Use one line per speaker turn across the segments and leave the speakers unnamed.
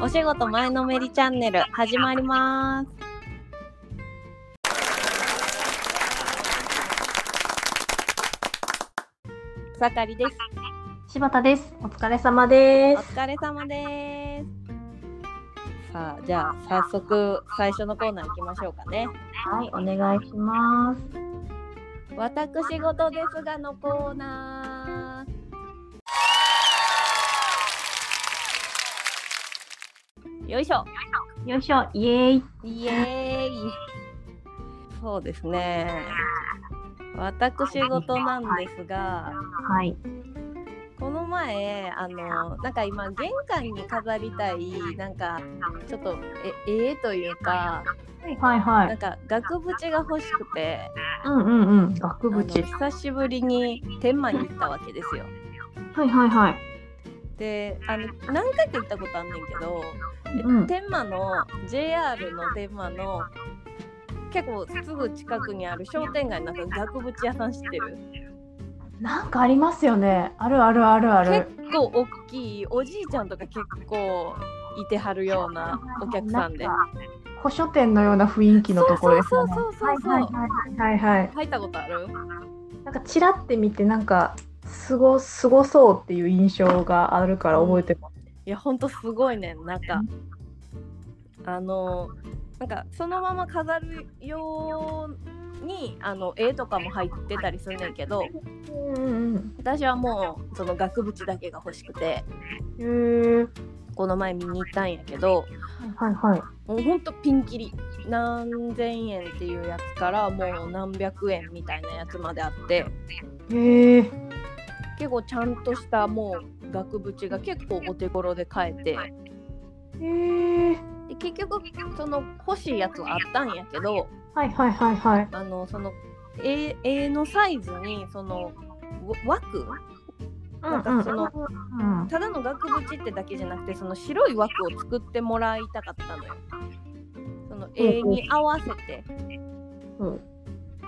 お仕事前のめりチャンネル始まります。さかりです。
柴田です。お疲れ様で
お。疲れ様です。さあ、じゃあ早速最初のコーナー行きましょうかね。
はい、お願いします。
私事ですがのコーナー。よいしょ。
よいしょ、イエーイ。
イエーイ。そうですね。私事なんですが、
はい。
この前あのなんか今玄関に飾りたいなんかちょっとえ絵というか
はいは
なん
い。
か額縁が欲しくて
うんうんうん。額
あの
縁。
久しぶりに天満に行ったわけですよ。
はいはいはい。
であの何回か行ったことあんねんけど、
うん。
天満の JR の天満の結構すぐ近くにある商店街なんか額縁屋さん知ってる
なんかありますよね。あるあるあるあ
結
る。
構大きいおじいちゃんとか結構いてはるようなお客さんで
なか。古書店のような雰囲気のところですよね。
そうそうそうそうそう
はいはいはいはいはい。
入ったことある
なんかちらって見てなんかすごすごそうっていう印象があるから覚えてます。
いやほんとすごいねなんかあのなんかそのまま飾るようにあの絵とかも入ってたりすんねんけど
うんうん
私はもうその額縁だけが欲しくて
うん。へえ。
この前見に行ったんやけど
はいはい。
もうほんとピンキリ何千円っていうやつからもう何百円みたいなやつまであって
へえ。
結構ちゃんとしたもう額縁が結構お手頃で買えて
へえ。
で結局その欲しいやつはあったんやけど
はいはいはいはい。
あのその絵絵のサイズにそのわ枠なんかその
うん
ただの額縁ってだけじゃなくてその白い枠を作ってもらいたかったのよ。その絵に合わせて
うん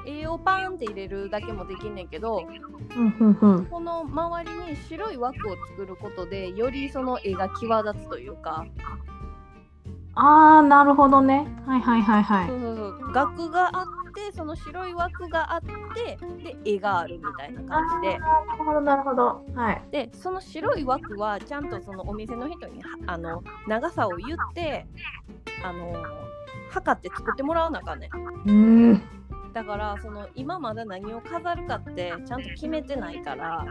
絵をパーンって入れるだけもできんねんけど
うんうんうん。
この周りに白い枠を作ることでよりその絵が際立つというか
ああ、なるほどね。はいはいはいは
そ
い。
うそうそう額があってその白い枠があってで絵があるみたいな感じで
なるほどなるほど。はい。
でその白い枠はちゃんとそのお店の人にはあの長さを言ってあの測って作ってもらわなあかんねん
うん。は
だからその今まだ何を飾るかってちゃんと決めてないから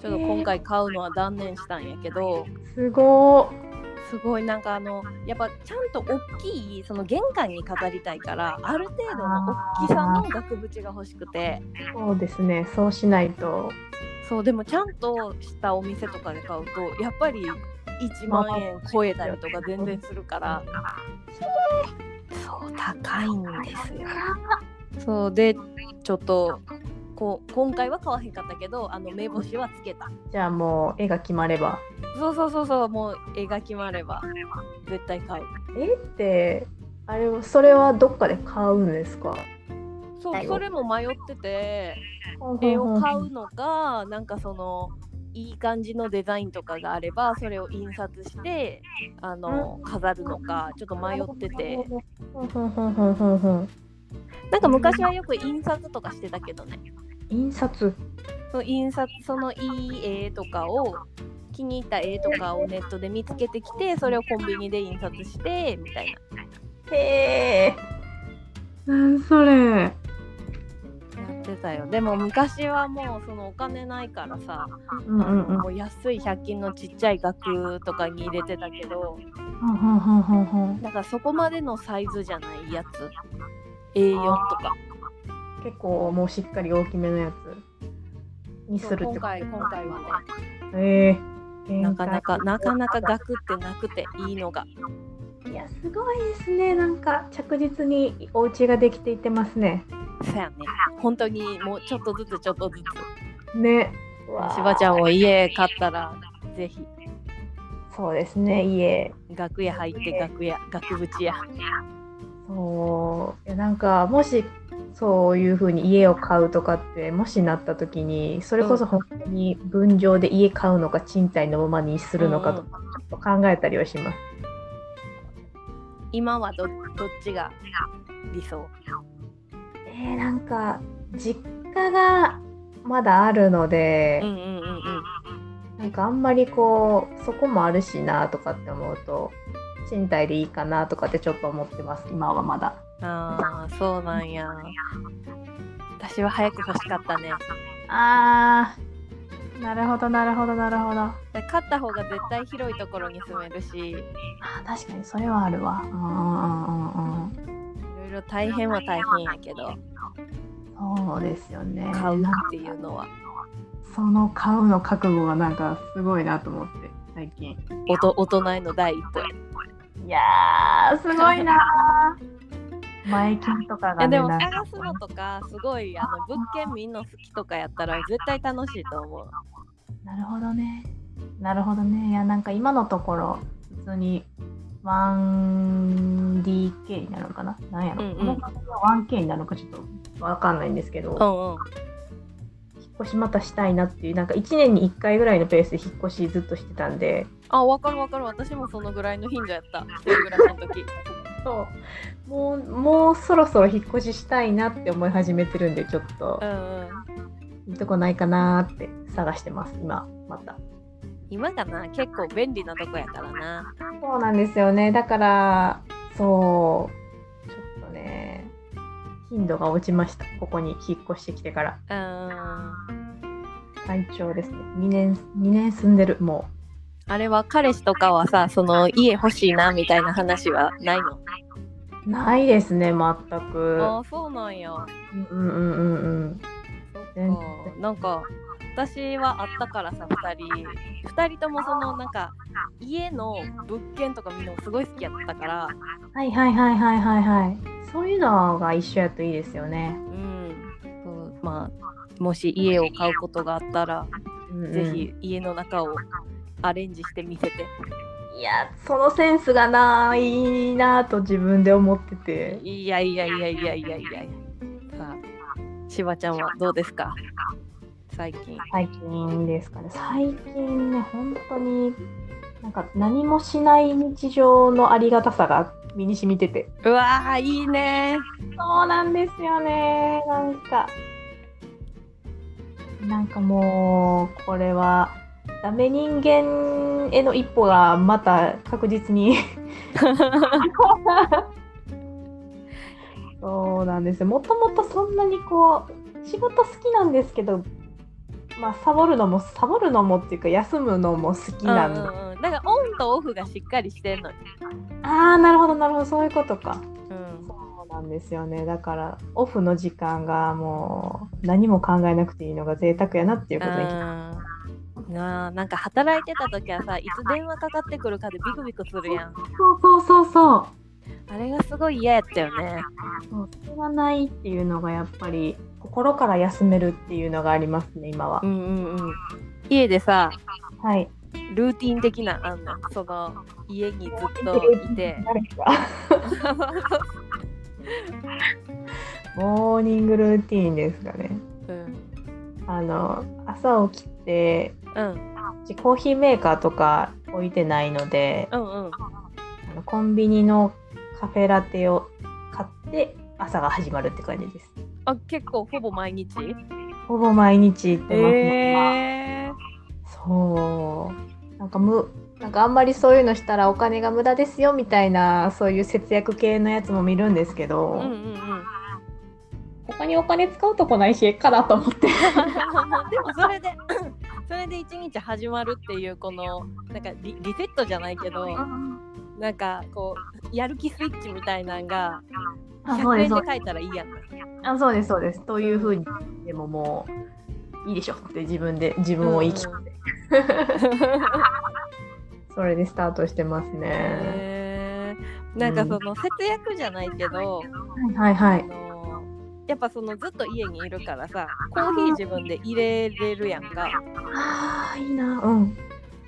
ちょっと今回買うのは断念したんやけど
すご
すごいなんかあのやっぱちゃんと大きいその玄関に飾りたいからある程度の大きさの額縁が欲しくて
ー。そうですね。そうしないと。
そうでもちゃんとしたお店とかで買うとやっぱり1万円超えたりとか全然するからそう高いんですよそうでちょっとこう今回は買わへんかったけどあの目星はつけた
じゃあもう絵が決まれば。
そうそうそうそうもう絵が決まれば絶対買う
絵ってあれをそれはどっかで買うんですか。
そうそれも迷ってて絵
絵
を
を
買
買
う
う。
のかなんかそのいい感じのデザインとかがあればそれを印刷してあの飾るのかちょっと迷ってて。
ふんふんふんふんふんふん。
なんか昔はよく印刷とかしてたけどね
印刷。
その印刷そのいい絵とかを気に入った絵とかをネットで見つけてきてそれをコンビニで印刷してみたい
へえ。なんそれ。
なやってたよでも昔はもうそのお金ないからさ
うんうんうん。
もう安い100均のちっちゃい額とかに入れてたけど
ふんふんふんふんふん。
だからそこまでのサイズじゃないやつ A4 とか
結構もうしっかり大きめのやつにす
そう
る
今
ってこと
回今回はね
ええ
なかなかなかなか額ってなくていいのが
いやすごいですねなんか着実にお家ができていってますね
そやね本当にもうちょっとずつちょっとずつ
ね
しばちゃんも家買ったらぜひ
そうですね家
楽屋入って楽屋額縁や
そういやなんかもしそういうふうに家を買うとかってもしなった時にそれこそ本当に分譲で家買うのか賃貸のままにするのかとかちょっと考えたりはします。
今はどどっちが理想
えー、なんか実家がまだあるので、
うんうんうんうん
なんかあんまりこうそこもあるしなとかって思うと賃貸でいいかなとかってちょっと思ってます今はまだ。
ああそうなんや私は早く欲しかったね
あーなるほどなるほどなるほどあ
で買った方が絶対広いところに住めるしいろ
ー確かにそれはあるわうんうんうん
いろ大変は大変やけど
うんそうですよね
買うっ
なんか
ていうのは
その買うの覚悟がなんかすごいなと思って最近
おと大人への第一歩や
いやーすごいなー 前金とか
いや
がね
でも
なんか
探すのとかすごいあの物件みんな好きとかやったら絶対楽しいと思う
なるほどね。なるほどね。いや、なんか今のところ、普通に 1DK になるのかななんやろ、
うんうん
この感じは 1K になるのかちょっとわかんないんですけど、
うんうん
引っ越しまたしたいなっていう、なんか1年に1回ぐらいのペースで引っ越しずっとしてたんで、
あ分かる分かる私もそのぐらいの頻度やった一人暮らしの時
そうもうもうそろそろ引っ越ししたいなって思い始めてるんで、ちょっと
う、んうん
いいとこないかなーって探してます、今、また。
今かな結構便利なとこやからな
そうなんですよね。だから、そう、ちょっとね、頻度が落ちました。ここに引っ越してきてから。
うん
最長ですね。2年、2年住んでる、も
あれは彼氏とかはさその家欲しいなみたいな話はないの
う。ないですね、全く。
あそうなんや
うんうんうんうん。
そっ
全
かなんか私はあったからさ2人2人ともそのなんか家の物件とか見るのすごい好きやったから
はいはいはいはいはいはい。そういうのが一緒やといいですよね。
うんそうまあもし家を買うことがあったら、
うんうん
ぜ。ひ家の中をアレンジしてみせて
いや、そのセンスがないなぁと自分で思ってて。
いやいやいやいやいやいやさあしばちゃんはどうですか最近
最近ですかね最近ね本当になんか何もしない日常のありがたさが身に染みてて
うわーいいね
そうなんですよねなんかなんかもうこれはダメ人間への一歩がまた確実 にそうなんですよもともとそんなにこう仕事好きなんですけどまあサボるのもサボるのもっていうか休むのも好き
うんう
なんんで、
うんだからオンとオフがしっかりしてんのに
ああなるほどなるほどそういうことか
うん
そうなんですよねだからオフの時間がもう何も考えなくていいのが贅沢やなっていうことに
うんなあなんか働いてた時はさいつ電話かかってくるかでビクビクするやん
そうそうそうそう
あれがすごい嫌やったよね
そうそれがないっていうのがやっぱり心から休めるっていうのがありますね今は
う、んうんうん家でさ
はい
ルーティン的なあんのその家にずっといて
誰かモーニングルーティーンですかね
うん
あの朝起きて
うん
うちコーヒーメーカーとか置いてないので
うんうん
あのコンビニのカフェラテを買って朝が始まるって感じです
あ結構ほぼ毎日
ほぼ毎日行ってます、
え
そうなんかむなんかあんまりそういうのしたらお金が無駄ですよみたいなそういう節約系のやつも見るんですけど、
うんうんうん でも
他にお金使うとこないしええかなと思って
それでそれで一日始まるっていうこのなんかリリセットじゃないけどなんかこうやる気スイッチみたいなんが
あ
100
そうです
円で
そうで
書
す
いたらいいやんな
あそうですそうですというふうにでももういいでしょって自分で自分を言い聞かせて、それでスタートしてますね、
へーなんかその節約じゃないけど、
はいは
あ
い
のやっぱそのずっと家にいるからさコーヒー自分で入れれるやんか
あーいいなうん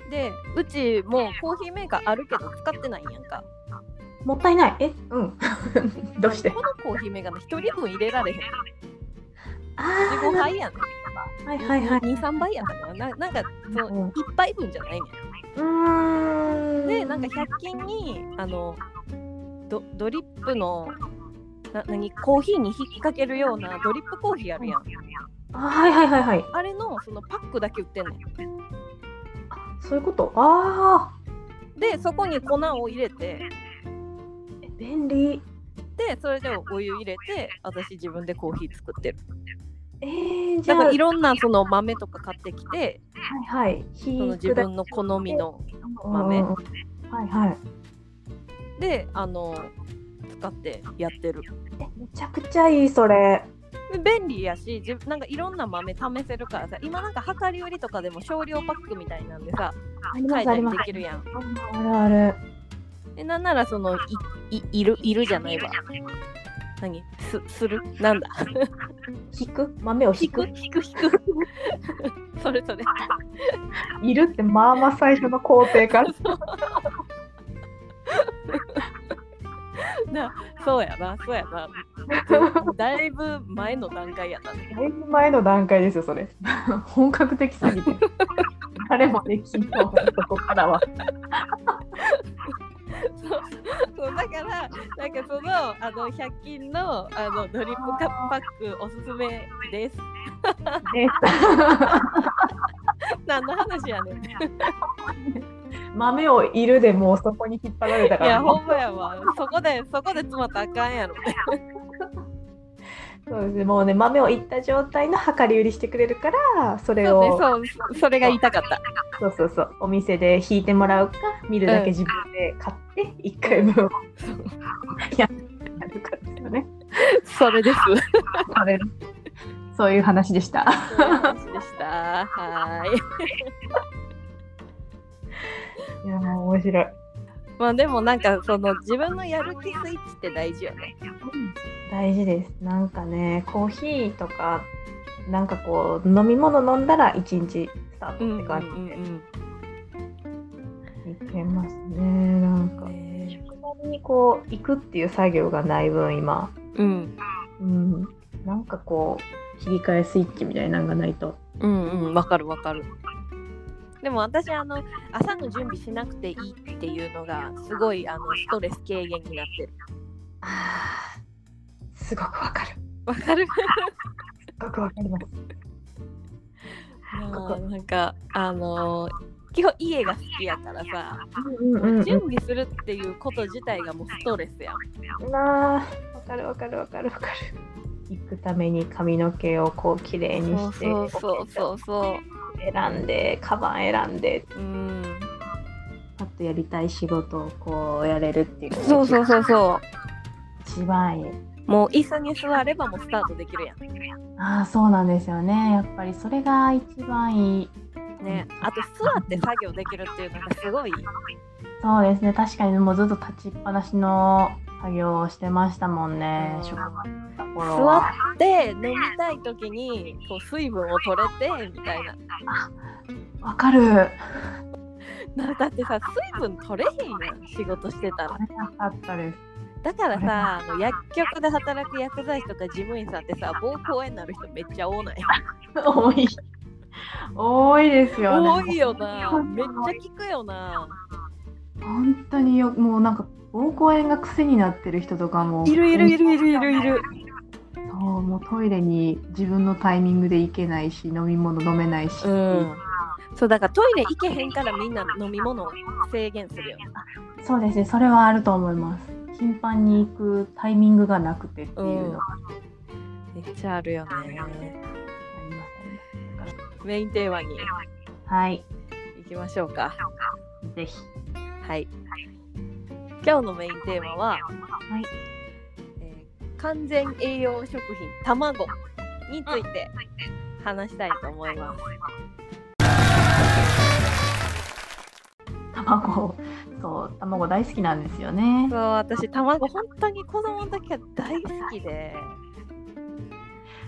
でうちもうコーヒーメーカーあるけど使ってないんやんか
もったいない。え、うん。 どうして
このコーヒーメガネ一人分入れられへん。
あ
4、5杯やん。
ーはいはいはい。
2、3杯やんかな。ななんか、その
うん
1杯分じゃないねん
うーん。
で、なんか100均に、あの、ドドリップの、な何コーヒーに引っ掛けるようなドリップコーヒーあるやん。
あはいはいはいはい。
あれのそのパックだけ売ってんねん。
あそういうこと。あ
で、そこに粉を入れて、
あ、便利。
で、それでお湯入れて、私自分でコーヒー作ってる。
えー、じ
だ
ゃあ、
から
はい
いろんなその豆とか買ってきて、
はい。そ
その自分の好みの豆
はいはい。
であの使ってやってる
えめちゃくちゃいいそれ。
で便利やし自分なんかいろんな豆試せるからさ今なんか量り売りとかでも少量パックみたいなんでさ
ありま
買え
すあ
た
り
り
ま。
ですきるやん
あるある。
でなんならそのいいいるいるじゃないわ何すするなんだ
引く豆を
引
引
く
く
引く引く それそれ
いるってまあまあ最初の工程から
なそうやなそうや なだいぶ前の段階やな
だいぶ前の段階ですよそれ 本格的すぎて誰もできんのそこからは
そうだからなんかそのあの100均のあのドリップカパックおすすめです。
ね
何の話や ねん。い
豆をいるでもうそこに引っ張られたから
や
もう
ほんまやわ。そこでそこで詰まったらあかんやろ。
そうですねもうね豆をいった状態の量り売りしてくれるからそれを
そうねそうそれが言いたかった。
そうそうそうお店で引いてもらうか見るだけ自分で買って一回分をやるかですよね
それです。
それそういう話でした。
そういう話でした。はーい。
いやー面白い。
まあでもなんかその自分のやる気スイッチって大事よね。
大事です。なんかね、コーヒーとか、なんかこう、飲み物飲んだら一日スタートって感じでいけますね。なんか、
ね
職場にこう、行くっていう作業がない分、今、
うん
うん、なんかこう、切り替えスイッチみたいなのがないと。
うんうんわかるわかる。でも私あの朝の準備しなくていいっていうのがすごいあのストレス軽減になってる。
あーすごくわかる。
わかる。
すごくわかります。
まあ なんかあのー基本家が好きやからさ、
うんうんうん。
準備するっていうこと自体がもうストレスやん
なあわかるわかるわかるわかる。行くために髪の毛をこう綺麗に
そう
して
そうそうそうそ
選んでカバン選んで
ううん
パッとやりたい仕事をこうやれるっていう
そうそうそうそ
一番いいう
もう椅子に座ればもうスタートできるやん
ああそうなんですよねやっぱりそれが一番いい
ねあと座って作業できるっていうのがすごい
そうですね確かにもうずっと立ちっぱなしの作業をしてましたもんね
うん
職場のところ
座
は
って飲みたい時にこう水分を取れてみたいな
わかる
なだってさ水分取れへんやん仕事してたら
あれなかったです
だからさあの薬局で働く薬剤師とか事務員さんってさ膀胱炎になる人めっちゃ多ない
多い多いですよね
多いよな。めっちゃ
本
聞くよな。
本当によもうなんか膀胱炎が癖になってる人とかも
るいるいるいる。
そうもうトイレに自分のタイミングで行けないし飲み物飲めないし、
うん。そうだからトイレ行けへんからみんな飲み物を制限するよ。
そうですねそれはあると思います頻繁に行くタイミングがなくてっていうのがあ
めっちゃあるよ
りますね
ね。、メインテーマに
はい
行きましょうか。
ぜひ
はい。今日のメインテーマは、
はい
えー完全栄養食品卵について話したいと思います。
卵そう卵大好きなんですよね
そう私卵本当に子供の時から大好きで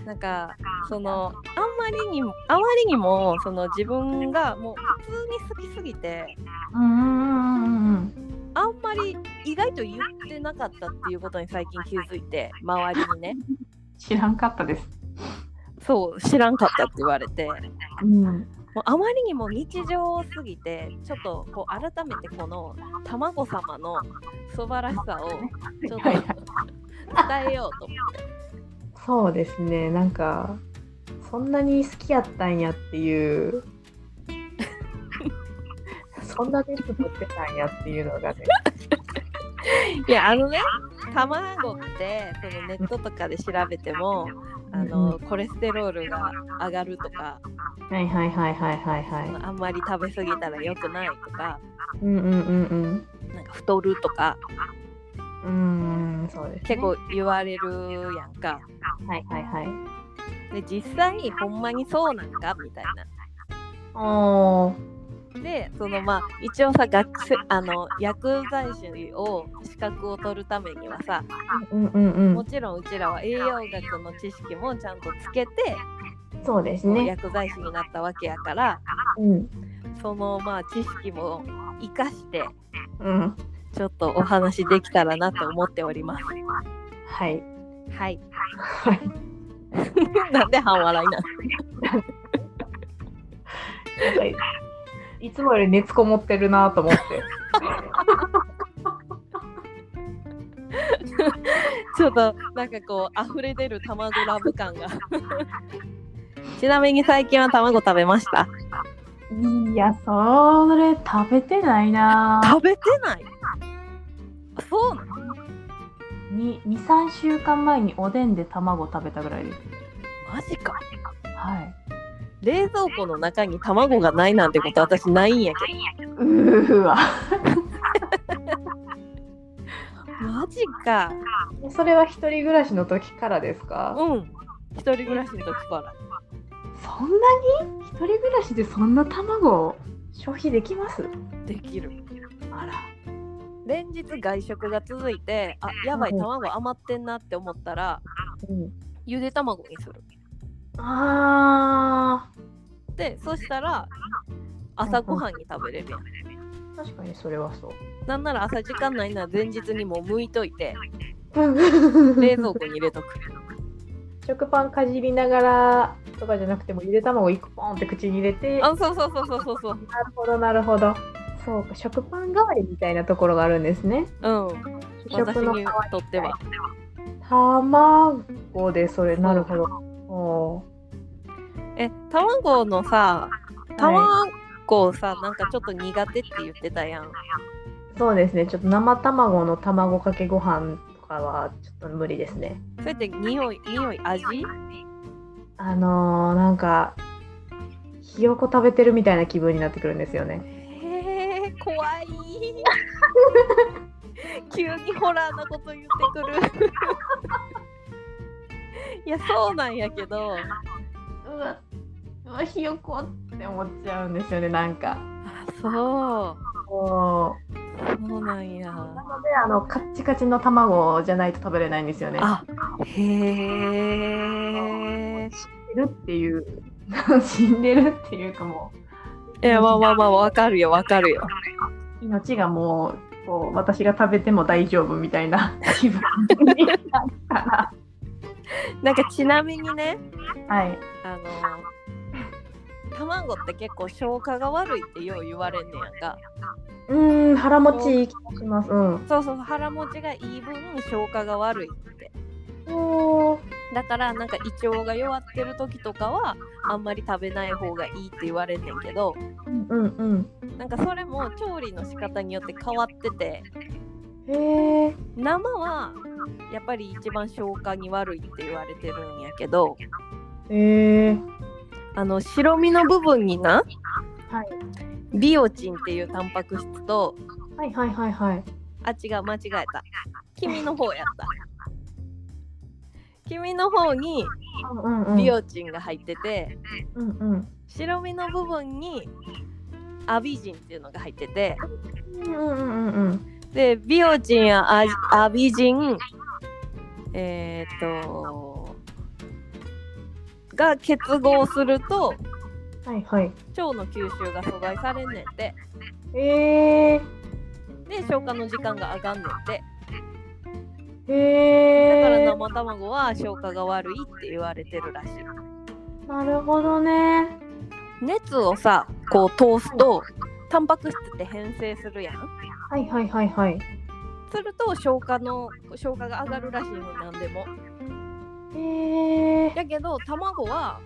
なんかそのあんまりにもあまりにもその自分がもう普通に好きすぎて
うんうんうんうんうん
あんまり意外と言ってなかったっていうことに最近気づいて周りにね
知らんかったです。
そう知らんかったって言われても
うん。
うあまりにも日常すぎてちょっとこう改めてこの卵様の素晴らしさをちょっと
はいはい
伝えようと思って
そうですね。なんかそんなに好きやったんやって いう。そんなデート取ってたんやっていうのがね。
いやあのね卵ってそのネットとかで調べてもあのコレステロールが上がるとか
はいはいはいはいはいは
あんまり食べ過ぎたら良くないとか
い。うんうんうん
なんか太るとか
うん。うーん、そうです、ね。
結構言われるやんか
はいはいはい。
で実際にほんまにそうなんかみたいな
おー
でそのまあ一応さ学生あの薬剤師を資格を取るためにはさ
うんうんう
も
ん。
ちろんうちらは栄養学の知識もちゃんとつけて
そうです
こう
ね。
薬剤師になったわけやから
うん。
そのまあ知識も生かして
うん。
ちょっとお話できたらなと思っております
はい。
はい
はい。
なんで半笑いなの
なんかいいつもより熱こもってるなと思って。
ちょっとなんかこう溢れ出る卵ラブ感が ちなみに最近は卵食べました
いや、それ食べてないな
食べてないそうなの
に2、3週間前におでんで卵食べたぐらいです。
マジか
はい。
冷蔵庫の中に卵がないなんてこと私ないんやけ
うーわ。
どマジか
それは一人暮らしの時からですか
うん一人暮らしの時から
そんなに一人暮らしでそんな卵を消費できます
できる
あら。
連日外食が続いてあやばい
うん
卵余ってんなって思ったら
うん。
ゆで卵にする
あ
でそしたら朝ごはんに食べれるやん
ー、確かにそれは そう。
なんなら朝時間ないなら前日にもう剥いといて冷
冷
蔵庫に入れとく
食パンかじりながらとかじゃなくてもゆで卵1個ポンって口に入れて
あそうそうそうそうそうそう
なるほどなるほどそうか食パン代わりみたいなところがあるんですね
うん
主
私
食の代
に
わ
とっては
り卵でそれなるほどお
え卵のさ卵さ、なんかちょっと苦手って言ってたやん
ーそうですねちょっと生卵の卵かけご飯とかはちょっと無理ですね
それって匂い匂い味
あのー、なんかひよこ食べてるみたいな気分になってくるんですよね
へえ怖い 急にホラーなこと言ってくる いやそうなんやけど
うわうわひよこって思っちゃうんですよねなんか
あそう
お
そうなんや
なのであのカッチカチの卵じゃないと食べれないんですよね。
あへえ。
死んでるっていう 死んでるっていうかも
いやまあまあまあわかるよわかるよ。
う命がもうこう私が食べても大丈夫みたいな気分になったら
なんかちなみにね
はい
あの卵って結構消化が悪いってよう言われんねやんか。
うーん腹持ちいい気がしますうん
そうそう腹持ちがいい分消化が悪いって。
おー
だからなんか胃腸が弱ってる時とかはあんまり食べない方がいいって言われんねんけど
うんうん
なんかそれも調理の仕方によって変わってて
へえ
生はやっぱり一番消化に悪いって言われてるんやけど
へえ
あの白身の部分にな、
はい
ビオチンっていうタンパク質と
はいはいはいはい
あ違う間違えた君の方やった君の方に
うんうん
ビオチンが入ってて、
うんうん
白身の部分にアビジンっていうのが入ってて
うんうんうんうん
でビオチンやアジアビジンえー、っとが結合すると
はいはい
腸の吸収が阻害されんねんって
へえ
で消化の時間が上がんねんてだ
へ
から
え。
生卵は消化が悪いって言われてるらしい
なるほどね。
熱をさこう通すとタンパク質って変性するやん
はいはいはいはい。
すると消化の消化が上がるらしいのなんでも
へえ。
やけど卵は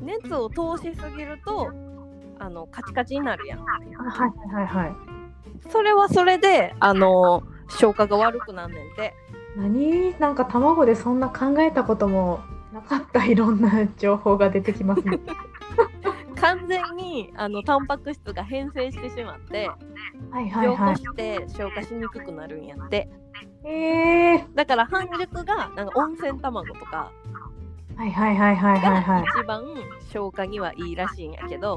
熱を通しすぎるとあのカチカチになるやん
あはいはいはいはい。
それはそれであの消化が悪くなんねんて
何なんか卵でそんな考えたこともなかったいろんな情報が出てきますね。
完全にあのタンパク質が変性してしまって
はいはい
凝
は
固
い。
して消化しにくくなるんやって
へえ。
だから半熟がなんか温泉卵とか
はいはいはいはいはいは
が一番消化にはいいらしいんやけど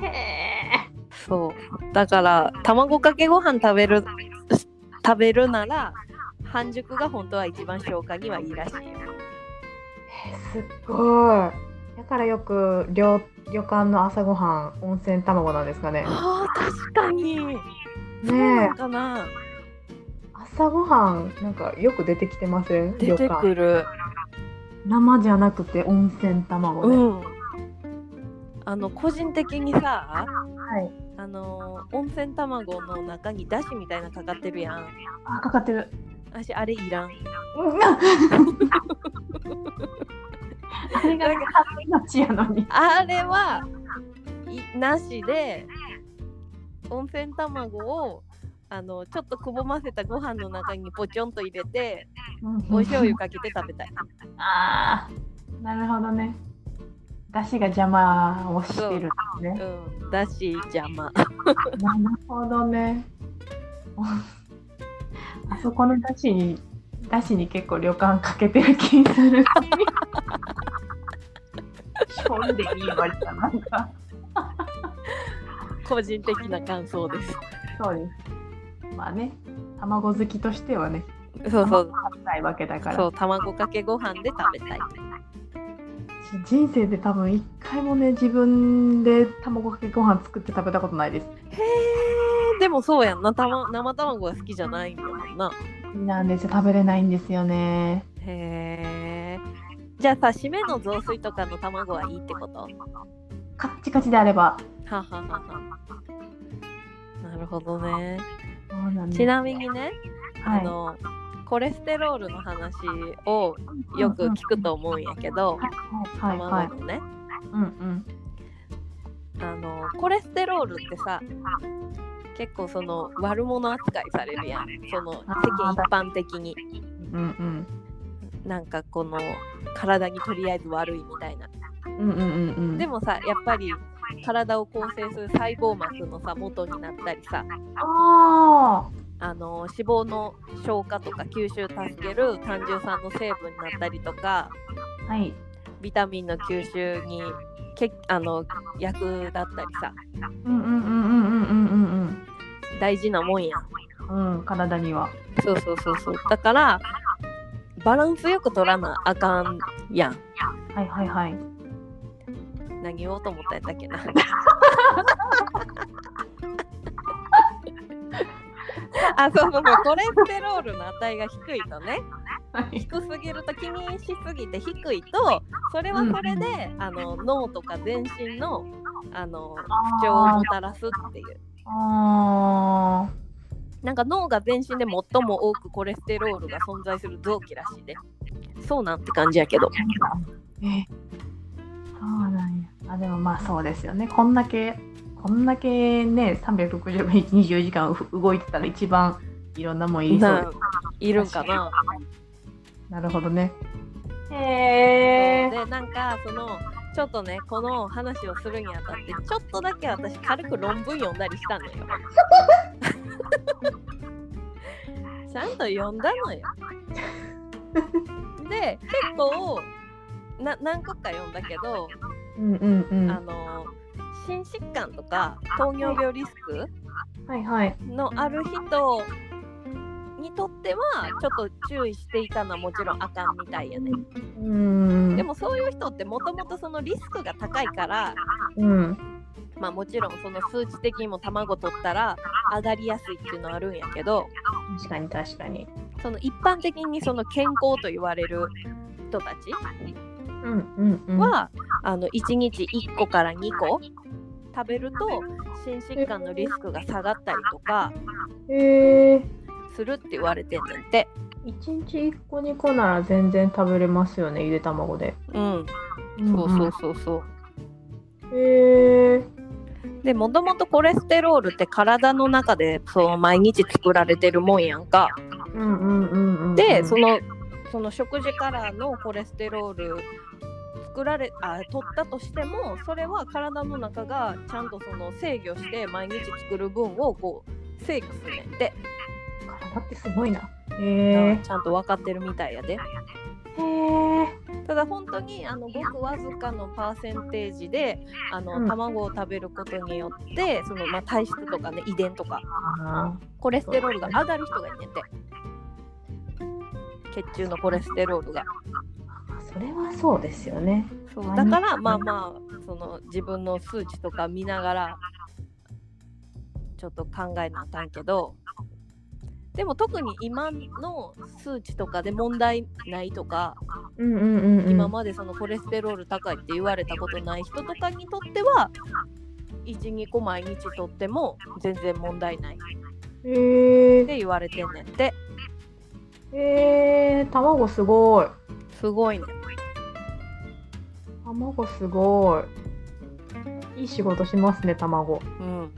い。へえ。
そうだから卵かけご飯食べる食べるなら半熟が本当は一番消化にはいいらしいよ
すっごい。だからよく旅旅館の朝ごはん温泉卵なんですかね。
あー確かに
え
そうなんかな
朝ごはんなんかよく出てきてません
出てくる
生じゃなくて温泉卵
う
で、
んあの個人的にさ
はい
あのー温泉卵の中にだしみたいなのかかってるやん
あかかってる
私あれいらん
うんあれが命やのに
あれはいなしで温泉卵をあのちょっとくぼませたご飯の中にポチョンと入れてお醤油かけて食べたい
あーなるほどね出汁が邪魔をしてるんですね
うんだし邪魔
なるほどね あそこの出汁に出汁に結構旅館かけてる気 する醤油でいいわりじゃなんか
個人的な感想です
そうです。まあね、卵好きとしてはね、
そうそう
食べたいわけだか
そ
ら。
う卵かけご飯で食べたい
人生で多分一回もね、自分で卵かけご飯作って食べたことないです。
へえでもそうやんなた、ま、生卵が好きじゃないんだもんな
なんですよ、食べれないんですよね。
へえじゃあさ締めの雑炊とかの卵はいいってことは
カッチカチであれば。
はははなるほどね
そうなんです
ちなみにね、
は
あ
い
のコレステロールの話をよく聞くと思うんやけど、
はいはい。
卵のね
うんうん。
あのコレステロールってさ結構その悪者扱いされるやんその世
あー
間一般的に
うん
なんかこの体にとりあえず悪いみたいな
うん。うんうんうんうん。
でもさやっぱり体を構成する細胞膜のさ元になったりさ
あ
あの脂肪の消化とか吸収助ける単純酸の成分になったりとか
あ。はい。
ビタミンの吸収にけあの役立ったりさ
うんうんうんうんうんうんうん
大事なもんやん
うん。うん、体には。
そうそうそうそうだからバランスよく取らなあかんやん
はいはいはい。
何言おうと思ったんやったっけな あそうそうそうコレステロールの値が低いとね
はい。
低すぎると気にしすぎて低いとそれはそれで、あの脳とか全身のあの不調をもたらすっていう
あ
なんか脳が全身で最も多くコレステロールが存在する臓器らしいでそうなんて感じやけど
ーえそうなんやあでもまあそうですよねこんだけこんだけね360日24時間う動いてたら一番いろんなもんいりそう
な
です
いるんかな
なるほどねへえ
でなんかそのちょっとねこの話をするにあたってちょっとだけ私軽く論文読んだりしたのよ ちゃんと読んだのよで結構な何個か読んだけど、
うんうんうん
あの心疾患とか糖尿病リスク
はいはい
のある人にとってはちょっと注意していかなもちろんあかんみたいやね
うーん
でもそういう人ってもともとそのリスクが高いから
うん
まあもちろんその数値的にも卵取ったら上がりやすいっていうのはあるんやけど
確かに確かに。
その一般的にその健康と言われる人たち
うんうんうん。
は、あの1日1個から2個食べると心疾患のリスクが下がったりとか
へえ。
するって言われてんねんて。
一日一個二個なら全然食べれますよねゆで卵で。
うん、そうそうそうそう。
うん。へえ。
でもともとコレステロールって体の中でそう毎日作られてるもんやんか。
うんうんうんうん。
でそのその食事からのコレステロール作られあ取ったとしてもそれは体の中がちゃんとその制御して毎日作る分をこう制御するねんて、
体ってすごいな。へ
ちゃんと分かってるみたいやで
え。へえ。
ただ本当にあのごくわずかのパーセンテージであの、
うん
卵を食べることによってその、まあ、体質とかね遺伝とか
あ
コレステロールが上がる人がいんねんて血中のコレステロールが
あ。それはそうですよね。
そうだからまあまあその自分の数値とか見ながらちょっと考えなあかんけどでも特に今の数値とかで問題ないとか、
うんうんうん、うん。
今までそのコレステロール高いって言われたことない人とかにとっては12個毎日とっても全然問題ないっ
へえ。
て言われてんねんって
へえ。卵すごい。
すごいね
卵すごい。いい仕事しますね卵。
うん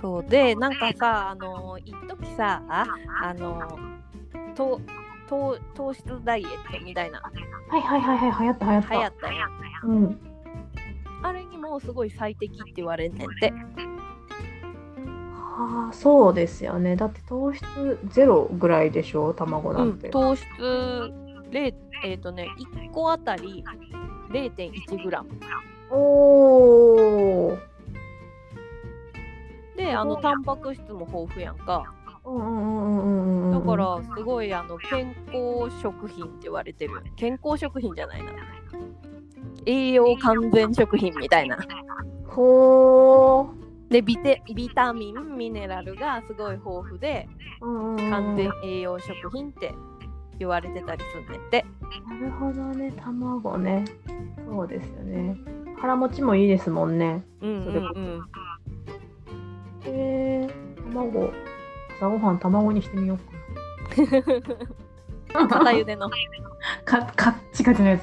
そうでなんかさあの一時さああの糖糖糖質ダイエットみたいな
はいはいはいはい流行った流行った。
流行ったやん
うん。
あれにもすごい最適って言われんねんて
はあそうですよね。だって糖質ゼロぐらいでしょ卵
う
なん
ん
て。
糖質0えっ、とね1個あたり 0.1g
おお。
であのタンパク質も豊富やんか
うんうんうんうんうんう
だ
ん。
か。らすごいあの健康食品って言われてる健康食品じゃないな栄養完全食品みたいな
ほー
でビテビタミンミネラルがすごい豊富で
うんうんうん。
完全栄養食品って言われてたりすんねんて
なるほどね卵ね。そうですよね。腹持ちもいいですもんね。
うんうんうん
へえ卵。朝ごはん卵にしてみようかな。
片茹での
かカッチカチのやつ。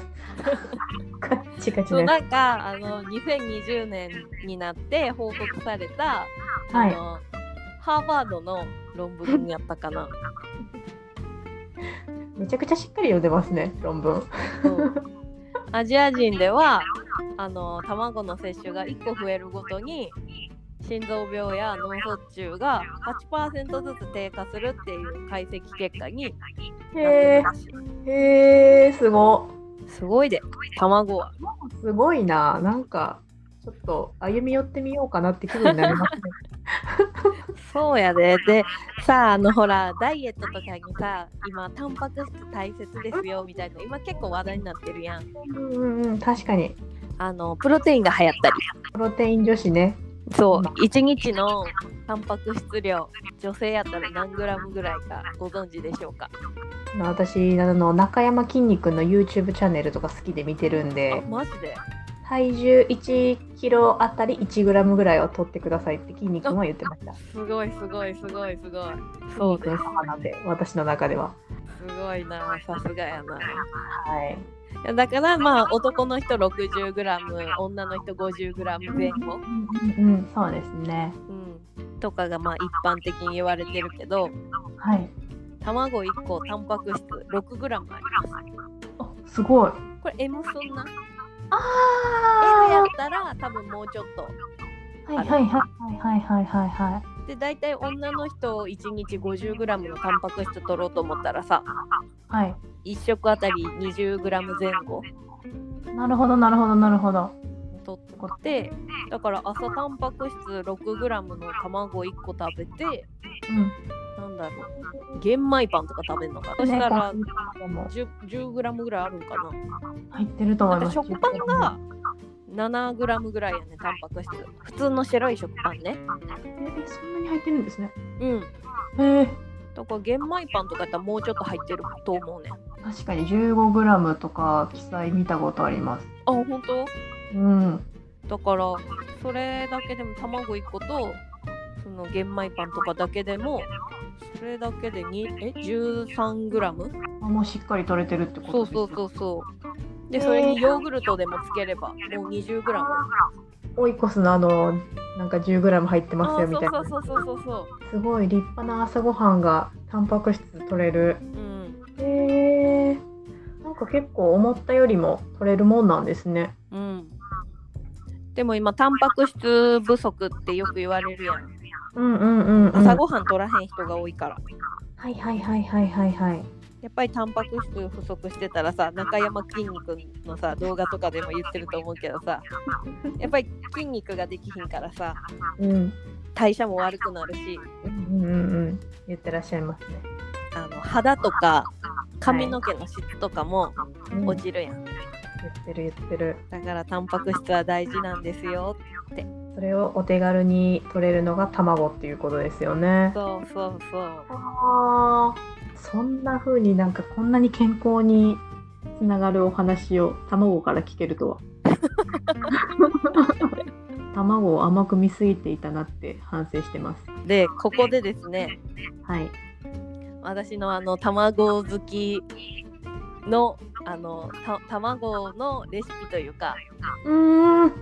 カッチカチの
そう
や
なんかあの2020年になって報告された、
つ。は
あ
い。
のハーバードの論文やったかな
めちゃくちゃしっかり読んでますね、論文。
そうアジア人ではあの卵の摂取が1個増えるごとに心臓病や脳卒中が8%ずつ低下するっていう解析結果に
へえ、へえ、すご。
すごいで卵は
すごいな。なんか、ちょっと歩み寄ってみようかなって気分になりますね。
そうやででさああのほらダイエットとかにさ今タンパク質大切ですよみたいな今結構話題になってるやん
うんうんうん、確かに。
あのプロテインが流行ったり
プロテイン女子ね。
そう1日のタンパク質量女性やったら何グラムぐらいかご存知でしょうか
私、あの、中山きんに君の YouTube チャンネルとか好きで見てるん
あ
で、
マジで
体重1キロあたり1グラムぐらいを取ってくださいってきんに君は言ってました。
すごいすごいすごいすごい
筋肉の母なんで、私の中では。
すごいなさすがやな
はい。
いやだからまあ男の人 60g 女の人 50g 前後、
うんうん、そうですね。
うん、とかがまあ一般的に言われてるけど
はい。
卵1個タンパク質 6g あります
あ、すごい。
これ M そんな
あ
M やったら多分もうちょっと
はいはいはいはいはいはいはい。
で大体女の人1日 50g のタンパク質取ろうと思ったらさ
はい。
1食あたり 20g 前後
なるほどなるほどなるほど。
取ってだから朝タンパク質 6g の卵1個食べて
う
なんだろう玄米パンとか食べるのかそ
ん。
したら
ねガスとかも
10g ぐらいあるんかな
入ってると思い
なん
ま
か
す。
食パンが7グラムぐらいやねタンパク質普通の白い食パンね
えーそんなに入ってるんですね。
うん
えー、
だから玄米パンとかやったらもうちょっと入ってると思うねんあ
確かに 15g とか記載見たことあります。
本当
うん。
だからそれだけでも卵1個とその玄米パンとかだけでもそれだけで2え 13g
あもうしっかり取れてるって
そ
こと
う
です
そうそうそうでそれにヨーグルトでもつければもう 20g
オイコスのあのなんか 10g 入ってます
あー
よみ
そう
たい
そ
な
うそうそうそうそう
すごい立派な朝ごはんがタンパク質取れる
うん
へえなんか結構思ったよりも取れるもんなんですね
うんでも今タンパク質不足ってよく言われるやん
うんうんうん、うん、
朝ごはん取らへん人が多いから
はいはいはいはいはいはい
やっぱりタンパク質不足してたらさ中山きんに君のさ動画とかでも言ってると思うけどさやっぱり筋肉ができひんからさ
うん
代謝も悪くなるし
うんうんうん言ってらっしゃいますね
あの肌とか髪の毛の質とかも
うん
落ちるやん、
言ってる言ってる
だからタンパク質は大事なんですよ
それをお手軽に取れるのが卵っていうことですよね
そうそうそう
あーそんな風になんかこんなに健康につながるお話を卵から聞ける とは卵を甘く見すぎていたなって反省してます
でここでですね
はい
私のあの卵好きのあのた卵のレシピというか
うーん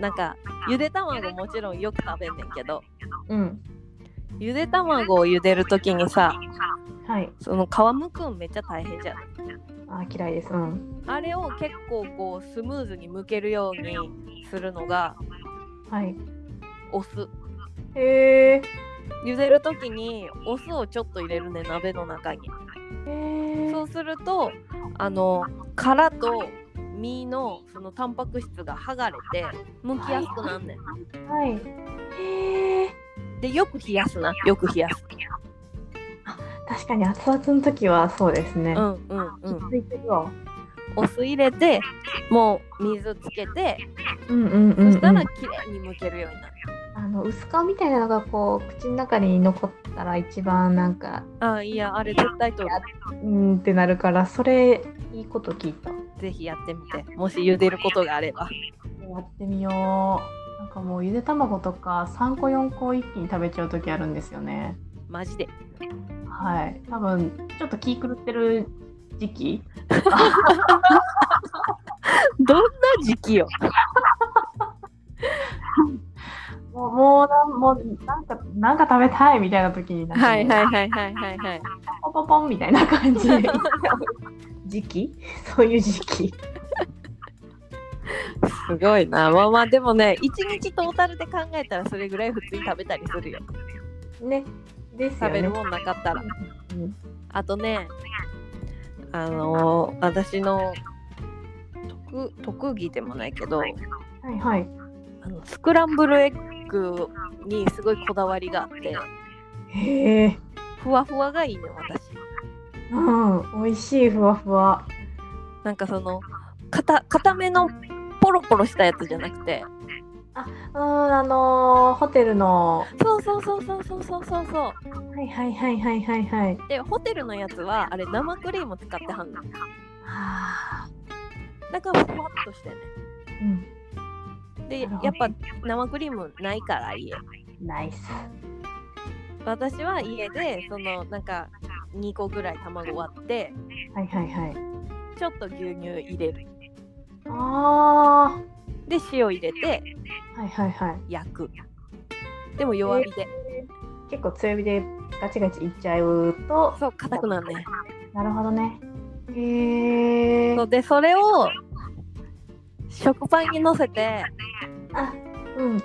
なんかゆで卵もちろんよく食べんねんけど
うん
ゆで卵をゆでるときにさ
はい
その皮むくんめっちゃ大変じゃん
あー嫌いですうん
あれを結構こうスムーズにむけるようにするのが
はい
お酢
へえ
茹でる時にお酢をちょっと入れるね鍋の中にそうするとあの殻と身のそのタンパク質が剥がれて剥きやすくなんねん
はいへえ
でよく冷やすなよく冷やす
確かに熱々の時はそうですね
うんうんうん
ついてるわ
お酢入れてもう水つけて
うんうんうん、う
そし
ん、
たら綺麗に剥けるようになる
あの薄皮みたいなのがこう口の中に残ったら一番なんか
あいやあれ絶対取る
うんってなるからそれいいこと聞いたや
ぜひやってみてもし茹でることがあれば
ってみようなんかもうゆで卵とか3個4個一気に食べちゃう時あるんですよね
マジで
はい多分ちょっと気狂ってる時期
どんな時期よ
もうもうなんもうなんかなんか食べたいみたいな時になんか
はいはいはいはいはいはい
ポンポンポンみたいな感 じで時期そういう時期
すごいなまあまあでもね一日トータルで考えたらそれぐらい普通に食べたりするよ
ねですよ
食べ
ね
るもんなかったら
うん
あとねあのー私の特特技でもないけど
はいはい
あのスクランブルエッグにすごいこだわりがあって
へえ
ふわふわがいいね私
うん、美味しいふわふわ。
なんかそのかた固めのポロポロしたやつじゃなくて
うん、あのーホテルの。
そうそうそうそうそうそうそうそ
はいはいはいはいはいはい。
うでホテルのやつはあれ生クリーム使ってはんの
あ
だからふわっとしてね
ーうん、
で
なるほど
やっぱ生クリームないから家
ナイス。
私は家でそのなんか2個ぐらい卵割って
はいはいはい。
ちょっと牛乳入れる
あ
で塩入れて
あ、はいはいはい。
焼くでも弱火で
結構強火でガチガチいっちゃうと。
そう硬くなんね
なるほどね。へえ
そう。でそれを食パンにのせて
あ、うん。
ち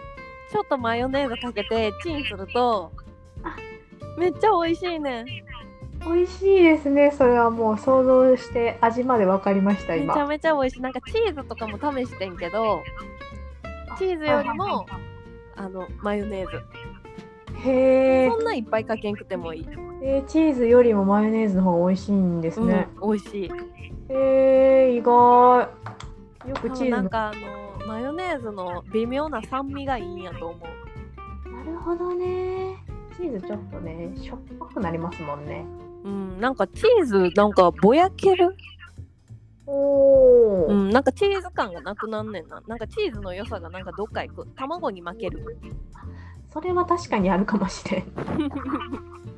ょっとマヨネーズかけてチンすると
あ
めっちゃ美味しいねん
美味しいですね。それはもう想像して味までわかりました
めちゃ
今。
めちゃ美味しいなんかチーズとかも試してんけどチーズよりもあのマヨネーズ
へえ
そ。んないっぱいかけんくてもいい、
えーチーズよりもマヨネーズの方が美味しいんです
うん
ね。
美味しい
えー、意外。よ
多
くチ
分
ーズ
なん
の
かあのマヨネーズの微妙な酸味がいいんやと思う
なるほどねチーズちょっとねしょっぱくなりますもんね
うん、なんかチーズなんかぼやける、
おお、
うん、なんかチーズ感がなくなんねんななんかチーズの良さがなんかどっか行く卵に負ける
それは確かにあるかもしれ ん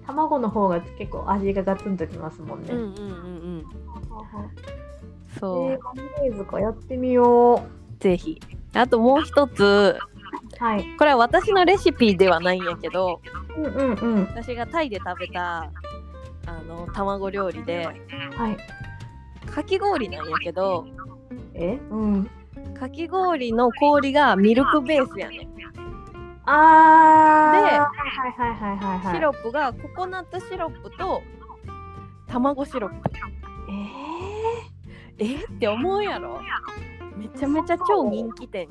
卵の方が結構味がガツンときますもんね、
うんうんうんうん
ははえ
そう、
ー、マヨネーズかやってみよ
ぜひあともう一つ
うはい
これは私のレシピではないんやけど
うんうんうん
私がタイで食べたあの卵料理で
はい
かき氷なんやけど
えうん
かき氷の氷がミルクベースやねんで
あーはいはいはいはいはい
シロップがココナッツシロップと卵シロップ
え
えって思うやろめちゃめちゃ超人気店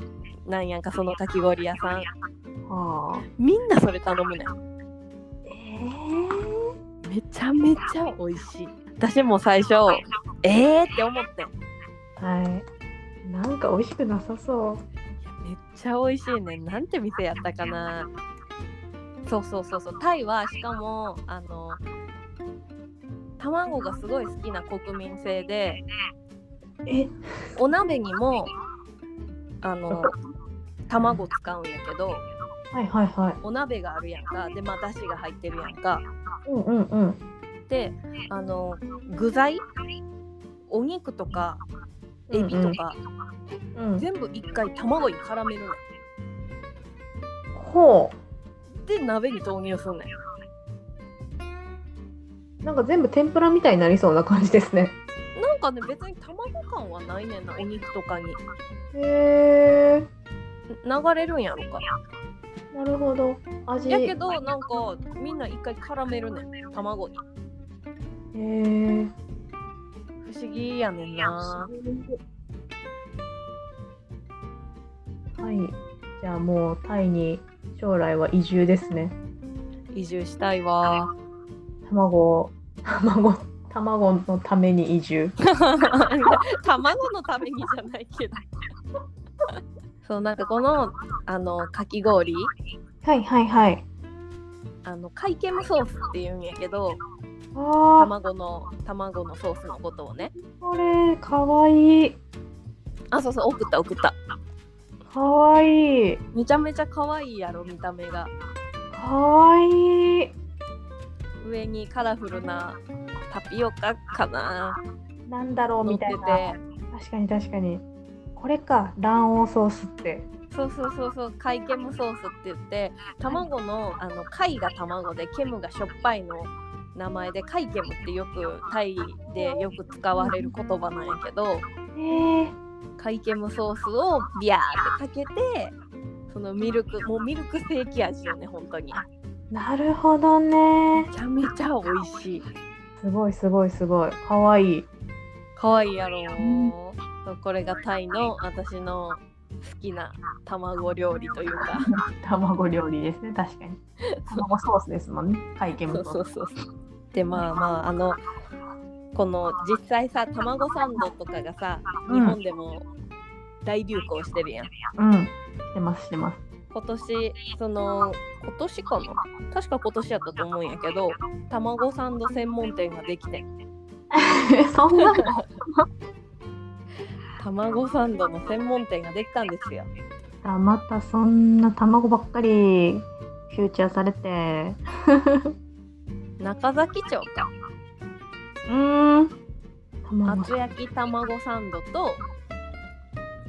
なんやんかそのかき氷屋さん
ー、はあ
みんなそれ頼むねん
えー、
めちゃめちゃ美味しい私も最初えーって思ってんい
はいなんか美味しくなさそ
や
う
めっちゃ美味しいねんなんて店やったかなそうそうそうそうタイはしかもあの卵がすごい好きな国民性で
え
お鍋にもあの卵使うんやけど
はいはいはい
お鍋があるやんかでまあだしが入ってるやんか
うんうんうん
であの具材お肉とかエビとか、
うん
全部一回卵に絡めるね
ほ
んで鍋に投入すんねん
うなんか全部天ぷらみたいになりそうな感じですね
なんかね別に卵感はないねんなお肉とかに
へえ
流れるんやろか
なるほど味
やけどなんかみんな一回絡めるねん卵に
へえ
不思議やねんな
はい。じゃあもうタイに将来は移住ですね。
移住したい わ
卵を、 卵、卵のために移住。
卵のためにじゃないけどそうなんかこのあのかき氷
はいはいはい。
あのカイケムソースって言うんやけど
ああ、
卵の卵のソースのことをね
これ、かわいい。
あそうそう送った送った
かわいい。
めちゃめちゃ可愛いやろ見た目が
かわいい。
上にカラフルなタピオカかな
なんだろう
乗っ
み
て
たいな。確かに確かに。これか、卵黄ソースって。
てそうそうそうそうカイケムソースって言って卵のあの貝が卵でケムがしょっぱいの名前でカイケムってよくタイでよく使われる言葉なんやけど
えー、
カイケムソースをビャーってかけてそのミルクもうミルクセーキ味よね本当に
なるほどね
め。ちゃめちゃ美味しい
すごいすごいすごい。かわいい。
可愛いやろ、
ん
そうこれがタイの私の好きな卵料理というか
卵料理ですね確かに卵ソースですもんね会見
そう
も
そうそうでまあまああのこの実際さ卵サンドとかがさ
う
日
ん
本でも大流行してるやん、
うんしてますしてます
今年その今年かな確か今年やったと思うんやけど卵サンド専門店ができてん
そんなの
卵サンドの専門店ができたんですよ
あまたそんな卵ばっかりフューチャーされて
中崎町か
うーん
厚焼き卵サンドと,、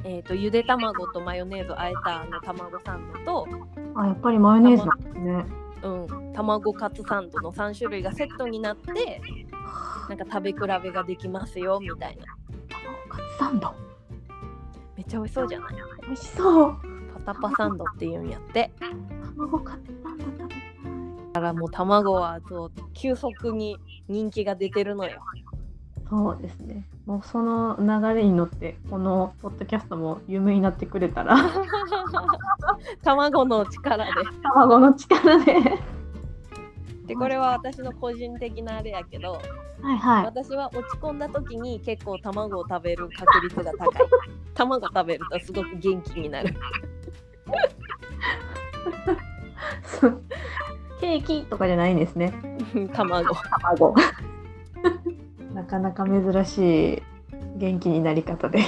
えー、とゆで卵とマヨネーズをあえたあの卵サンド
あやっぱりマヨネーズなんですね
と、うん、卵カツサンドの3種類がセットになってなんか食べ比べができますよみたいな
卵カツサンド
めっちゃ美味しそうじゃない
美味しそう
パタパサンドっていうんやって
卵カツサンド食べたい
だからもう卵はそう急速に人気が出てるのよ
そうですねもうその流れに乗ってこのポッドキャストも有名になってくれた ら
卵の力で
卵の力で
でこれは私の個人的なあれやけど
はいはい。
私は落ち込んだ時に結構卵を食べる確率が高い 卵食べるとすごく元気になる
そうケーキとかじゃないんですね。
うん 卵
卵。 なかなか珍しい元気になり方で。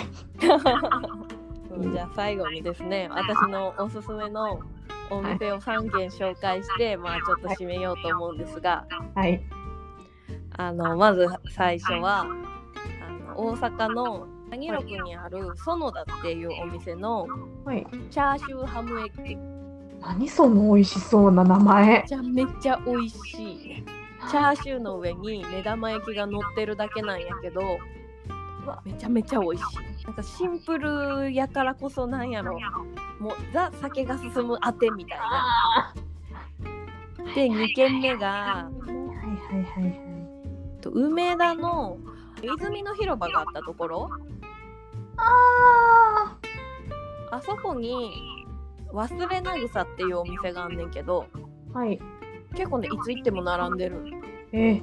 うんじゃあ最後にですね私のおすすめのお店を3軒紹介して、まあちょっと締めようと思うんですが
はい。
あのまず最初はあの大阪の谷六にある園田っていうお店の
はい。
チャーシューハムエッグ
何その美味しそうな名前
め。ちゃめちゃ美味しいチャーシューの上に目玉焼きが乗ってるだけなんやけど
わ
めちゃめちゃ美味しいなんかシンプルやからこそなんやろもうザ酒が進むあてみたいな
あ
で2軒目が
ーはいはいはいはい。
と梅田の泉の広場があったところ
あ
あそこに忘れなぐさっていうお店があんねんけど
あ。はい。
結構ねいつ行っても並んでる
えー、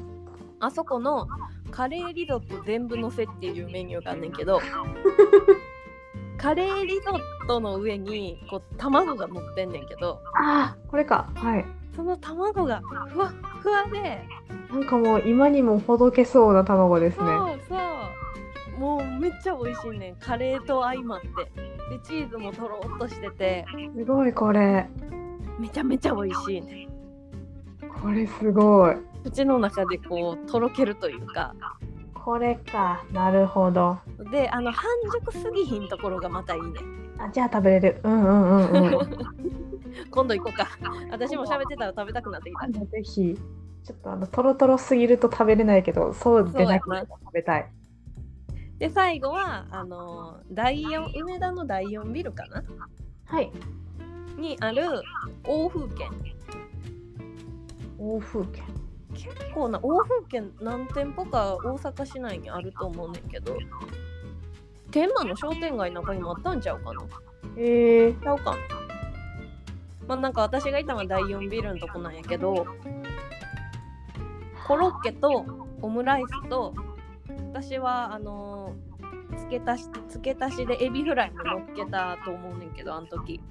あそこのカレーリゾット全部のせっていうメニューがあんねんけどカレーリゾットの上にこう卵が乗ってんねんけど
ああ、これか。はい。
その卵がふわっふわで
なんかもう今にもほどけそうな卵です
そ
ね。
うそうもうめっちゃ美味しいねんカレーと相まってでチーズもとろっとしてて
すごいこれ。
めちゃめちゃ美味しいね
これすごい。
口の中でこうとろけるというか
これか。なるほど。
であの半熟すぎひんところがまたいいね
あ、じゃあ食べれる。うんう んうんうん。
今度行こうか私も喋ってたら食べたくなってきた
あのぜひちょっとあのトロトロすぎると食べれないけどそうでなく
そうやな
食べたい
で最後はあの第四梅田の第4ビルかな
はい
にある欧風軒
欧風景
結構な欧風軒何店舗か大阪市内にあると思うねんけど天満の商店街の中にもあったんちゃうかな
え
ちゃうかなまあなんか私がいたのは第4ビルのとこなんやけどコロッケとオムライスと私はあのー付け足し付け足しでエビフライも乗っけたと思うねんけどあの時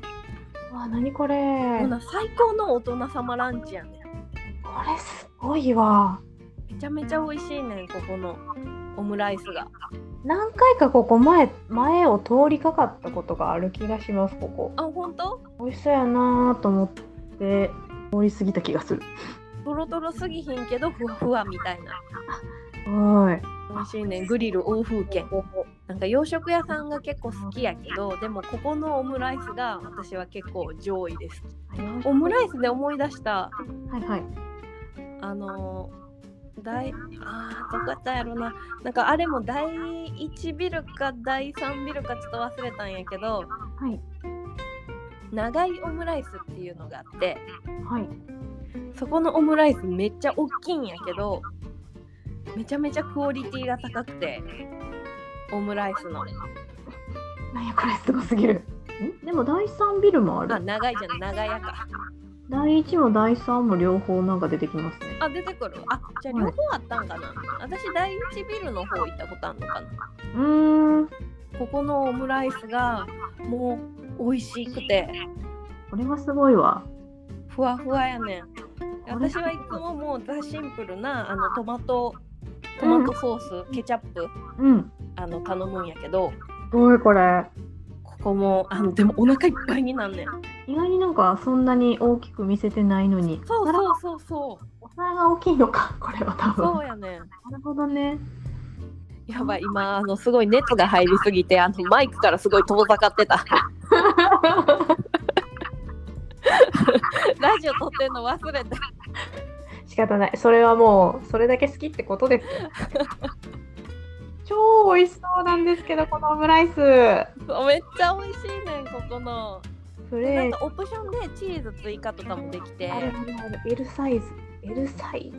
ー、わあ何これ
ほ
こ
な最高の大人様ランチやねん
れすごいわ
めちゃめちゃ美味しいねんここのオムライスが
何回かここ前前を通りかかったことがある気がしますここ
あ本当
美味しそうやなーと思って通り過ぎた気がする
とろとろすぎひんけどふわふわみたいな
は
美味しいねんグリル欧風
い
軒なんか洋食屋さんが結構好きやけどでもここのオムライスが私は結構上位ですオムライスで思い出した
はいはい
あのー第あーどこやったんやろななんかあれも第1ビルか第3ビルかちょっと忘れたんやけど
はい
長いオムライスっていうのがあって
はい
そこのオムライスめっちゃ大きいんやけどめちゃめちゃクオリティが高くてオムライスの
なんやこれすごすぎるんでも第三ビルもあ
あ
る
長いじゃん長屋か
第一も第三も両方なんか出てきますね
あ、出てくる。あ、じゃあ両方あったんかな。私、第一ビルの方行ったことあるのかな。
うーん
ここのオムライスがもう美味しくて、
これはすごいわ。
ふわふわやねん。私はいつももうザ・シンプルなあのトマト、トマトソース、ケチャップ
うん。
あの頼むんやけど、
すごいこれ。
ここもあのでもお腹いっぱいになんねん。
意外になんかそんなに大きく見せてないのに。
そう
お皿
そうそうそう。
お皿が大きいのか、これは多分。
そ
な
うやねん。
るほどね。
やばい、今、あのすごい熱が入りすぎて、あのマイクからすごい遠ざかってた。ラジオ撮ってんの忘れて。
仕方ない。それはもうそれだけ好きってこと ですよ。超美味しそうなんですけどこのオムライス。
めっちゃ美味しいねんここの
プ
なん
レー
かオプションでチーズ追加とかもできて
あるあるある。L サイズ。L サイズ。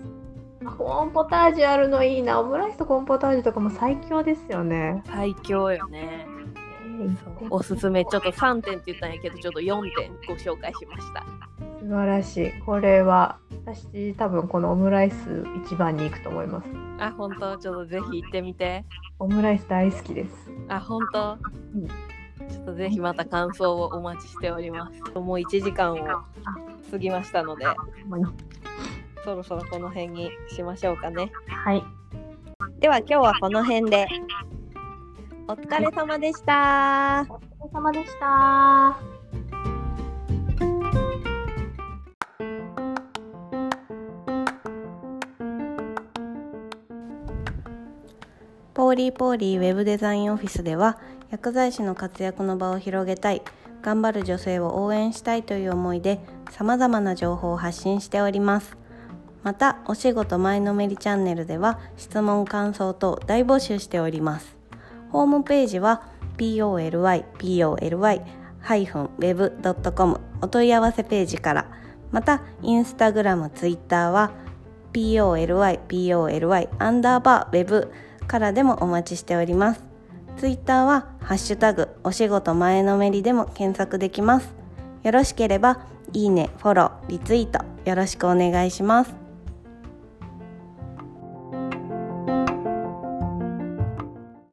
あコーンポタージュあるのいいな。オムライスとコーンポタージュとかも最強ですよね。
最強よね
え
そうおすすめちょっと3点って言ったんやけどちょっと4点ご紹介しました
素晴らしい。これは私多分このオムライス一番に行くと思います。
あ、本当ちょっとぜひ行ってみて。
オムライス大好きです。
あ、本当
うん
ちょっとぜひまた感想をお待ちしております。もう1時間を過ぎましたので、そろそろこの辺にしましょうかね。
はい。
では今日はこの辺で。お疲れ様でした。
お疲れ様でした。
ポーリーポーリーウェブデザインオフィスでは薬剤師の活躍の場を広げたい頑張る女性を応援したいという思いで様々な情報を発信しておりますまたお仕事前のめりチャンネルでは質問感想等大募集しておりますホームページは polypoly-web.com お問い合わせページからまたインスタグラムツイッターは polypoly アンダーバー web からでもお待ちしております。ツイッターはハッシュタグお仕事前のめりでも検索できます。よろしければいいね、フォロー、リツイートよろしくお願いします。